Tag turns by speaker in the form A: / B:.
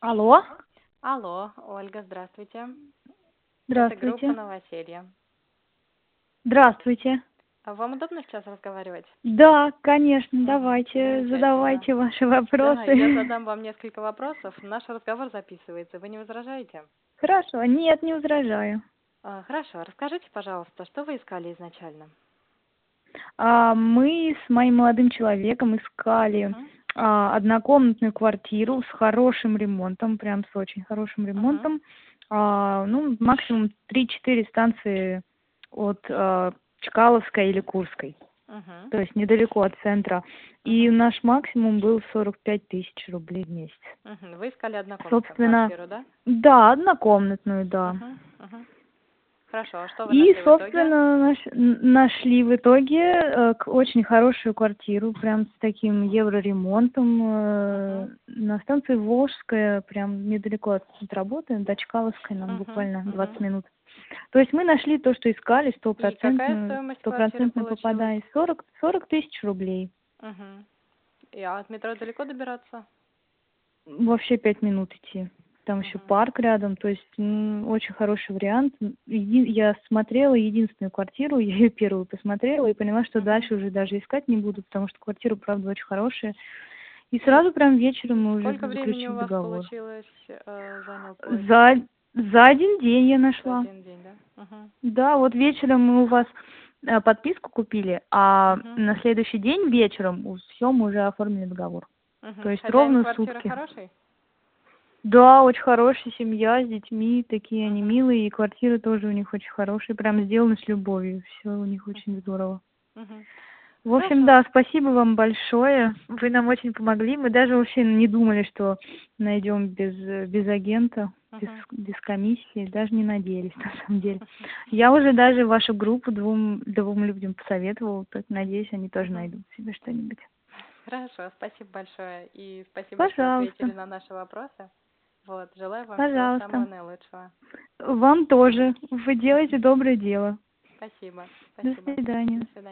A: Алло,
B: Алло, Ольга, здравствуйте. Это группа
A: здравствуйте.
B: «Новоселье».
A: Здравствуйте.
B: А вам удобно сейчас разговаривать?
A: Да, конечно,
B: Мгм,
A: давайте,
B: замечательно.
A: задавайте ваши
B: Да, я
A: вопросы.
B: задам вам несколько вопросов. Наш разговор записывается. Вы не возражаете?
A: Хорошо, нет, не возражаю.
B: А, хорошо. Расскажите, пожалуйста, что вы искали изначально?
A: А, мы с моим молодым человеком искали
B: Мгм.
A: а, однокомнатную квартиру с хорошим ремонтом, прям с очень хорошим ремонтом. А, ну, максимум 3-4 станции от а, Чкаловской или Курской,
B: Мгм.
A: то есть недалеко от центра. И наш максимум был 45 тысяч рублей в месяц.
B: Мгм. Вы искали однокомнатную
A: собственно,
B: квартиру, да?
A: Да, однокомнатную, да.
B: Мгм, мгм. Хорошо. А что вы нашли
A: И,
B: в итоге?
A: собственно, наш- н- нашли в итоге э, к- очень хорошую квартиру, прям с таким евроремонтом э,
B: Мгм.
A: на станции Волжская, прям недалеко от, от работы, до Чкаловской нам
B: Мгм,
A: буквально
B: мгм.
A: 20 минут. То есть мы нашли то, что искали, стопроцентную,
B: стоимость квартиры
A: стопроцентно
B: получилась?
A: попадая, 40, 40 тысяч рублей,
B: Мгм. И а от метро далеко добираться?
A: вообще 5 минут идти. Там еще
B: Мгм.
A: парк рядом, то есть м, очень хороший вариант. Еди- я смотрела единственную квартиру, я ее первую посмотрела и поняла, что
B: Мгм.
A: дальше уже даже искать не буду, потому что квартира, правда, очень хорошая. И сразу прям вечером мы уже
B: Сколько времени у
A: заключили
B: вас
A: договор.
B: получилось, э, занял поиск?
A: За, за один день я
B: За
A: нашла.
B: один день, да? Мгм.
A: Да, вот вечером мы у вас э, подписку купили, а
B: Мгм.
A: на следующий день вечером все, мы уже оформили договор.
B: Мгм.
A: То есть
B: Хозяин
A: ровно
B: квартиры
A: сутки.
B: хороший?
A: Да, очень хорошая семья с детьми, такие они
B: Мгм.
A: милые, и квартиры тоже у них очень хорошие, прям сделаны с любовью, все у них очень здорово.
B: Мгм.
A: В общем, да, спасибо вам большое, вы нам очень помогли, мы даже вообще не думали, что найдем без, э, без агента, без,
B: Мгм.
A: без комиссии, даже не надеялись на самом деле. Я уже даже вашу группу двум, двум людям посоветовала, так надеюсь, они тоже
B: Мгм.
A: найдут себе что-нибудь.
B: Хорошо, спасибо большое. И спасибо,
A: Пожалуйста.
B: что ответили на наши вопросы. Вот, желаю вам
A: Пожалуйста.
B: всего самого наилучшего.
A: Вам тоже, вы делаете доброе дело.
B: Спасибо.
A: До
B: Спасибо.
A: свидания.
B: До свидания.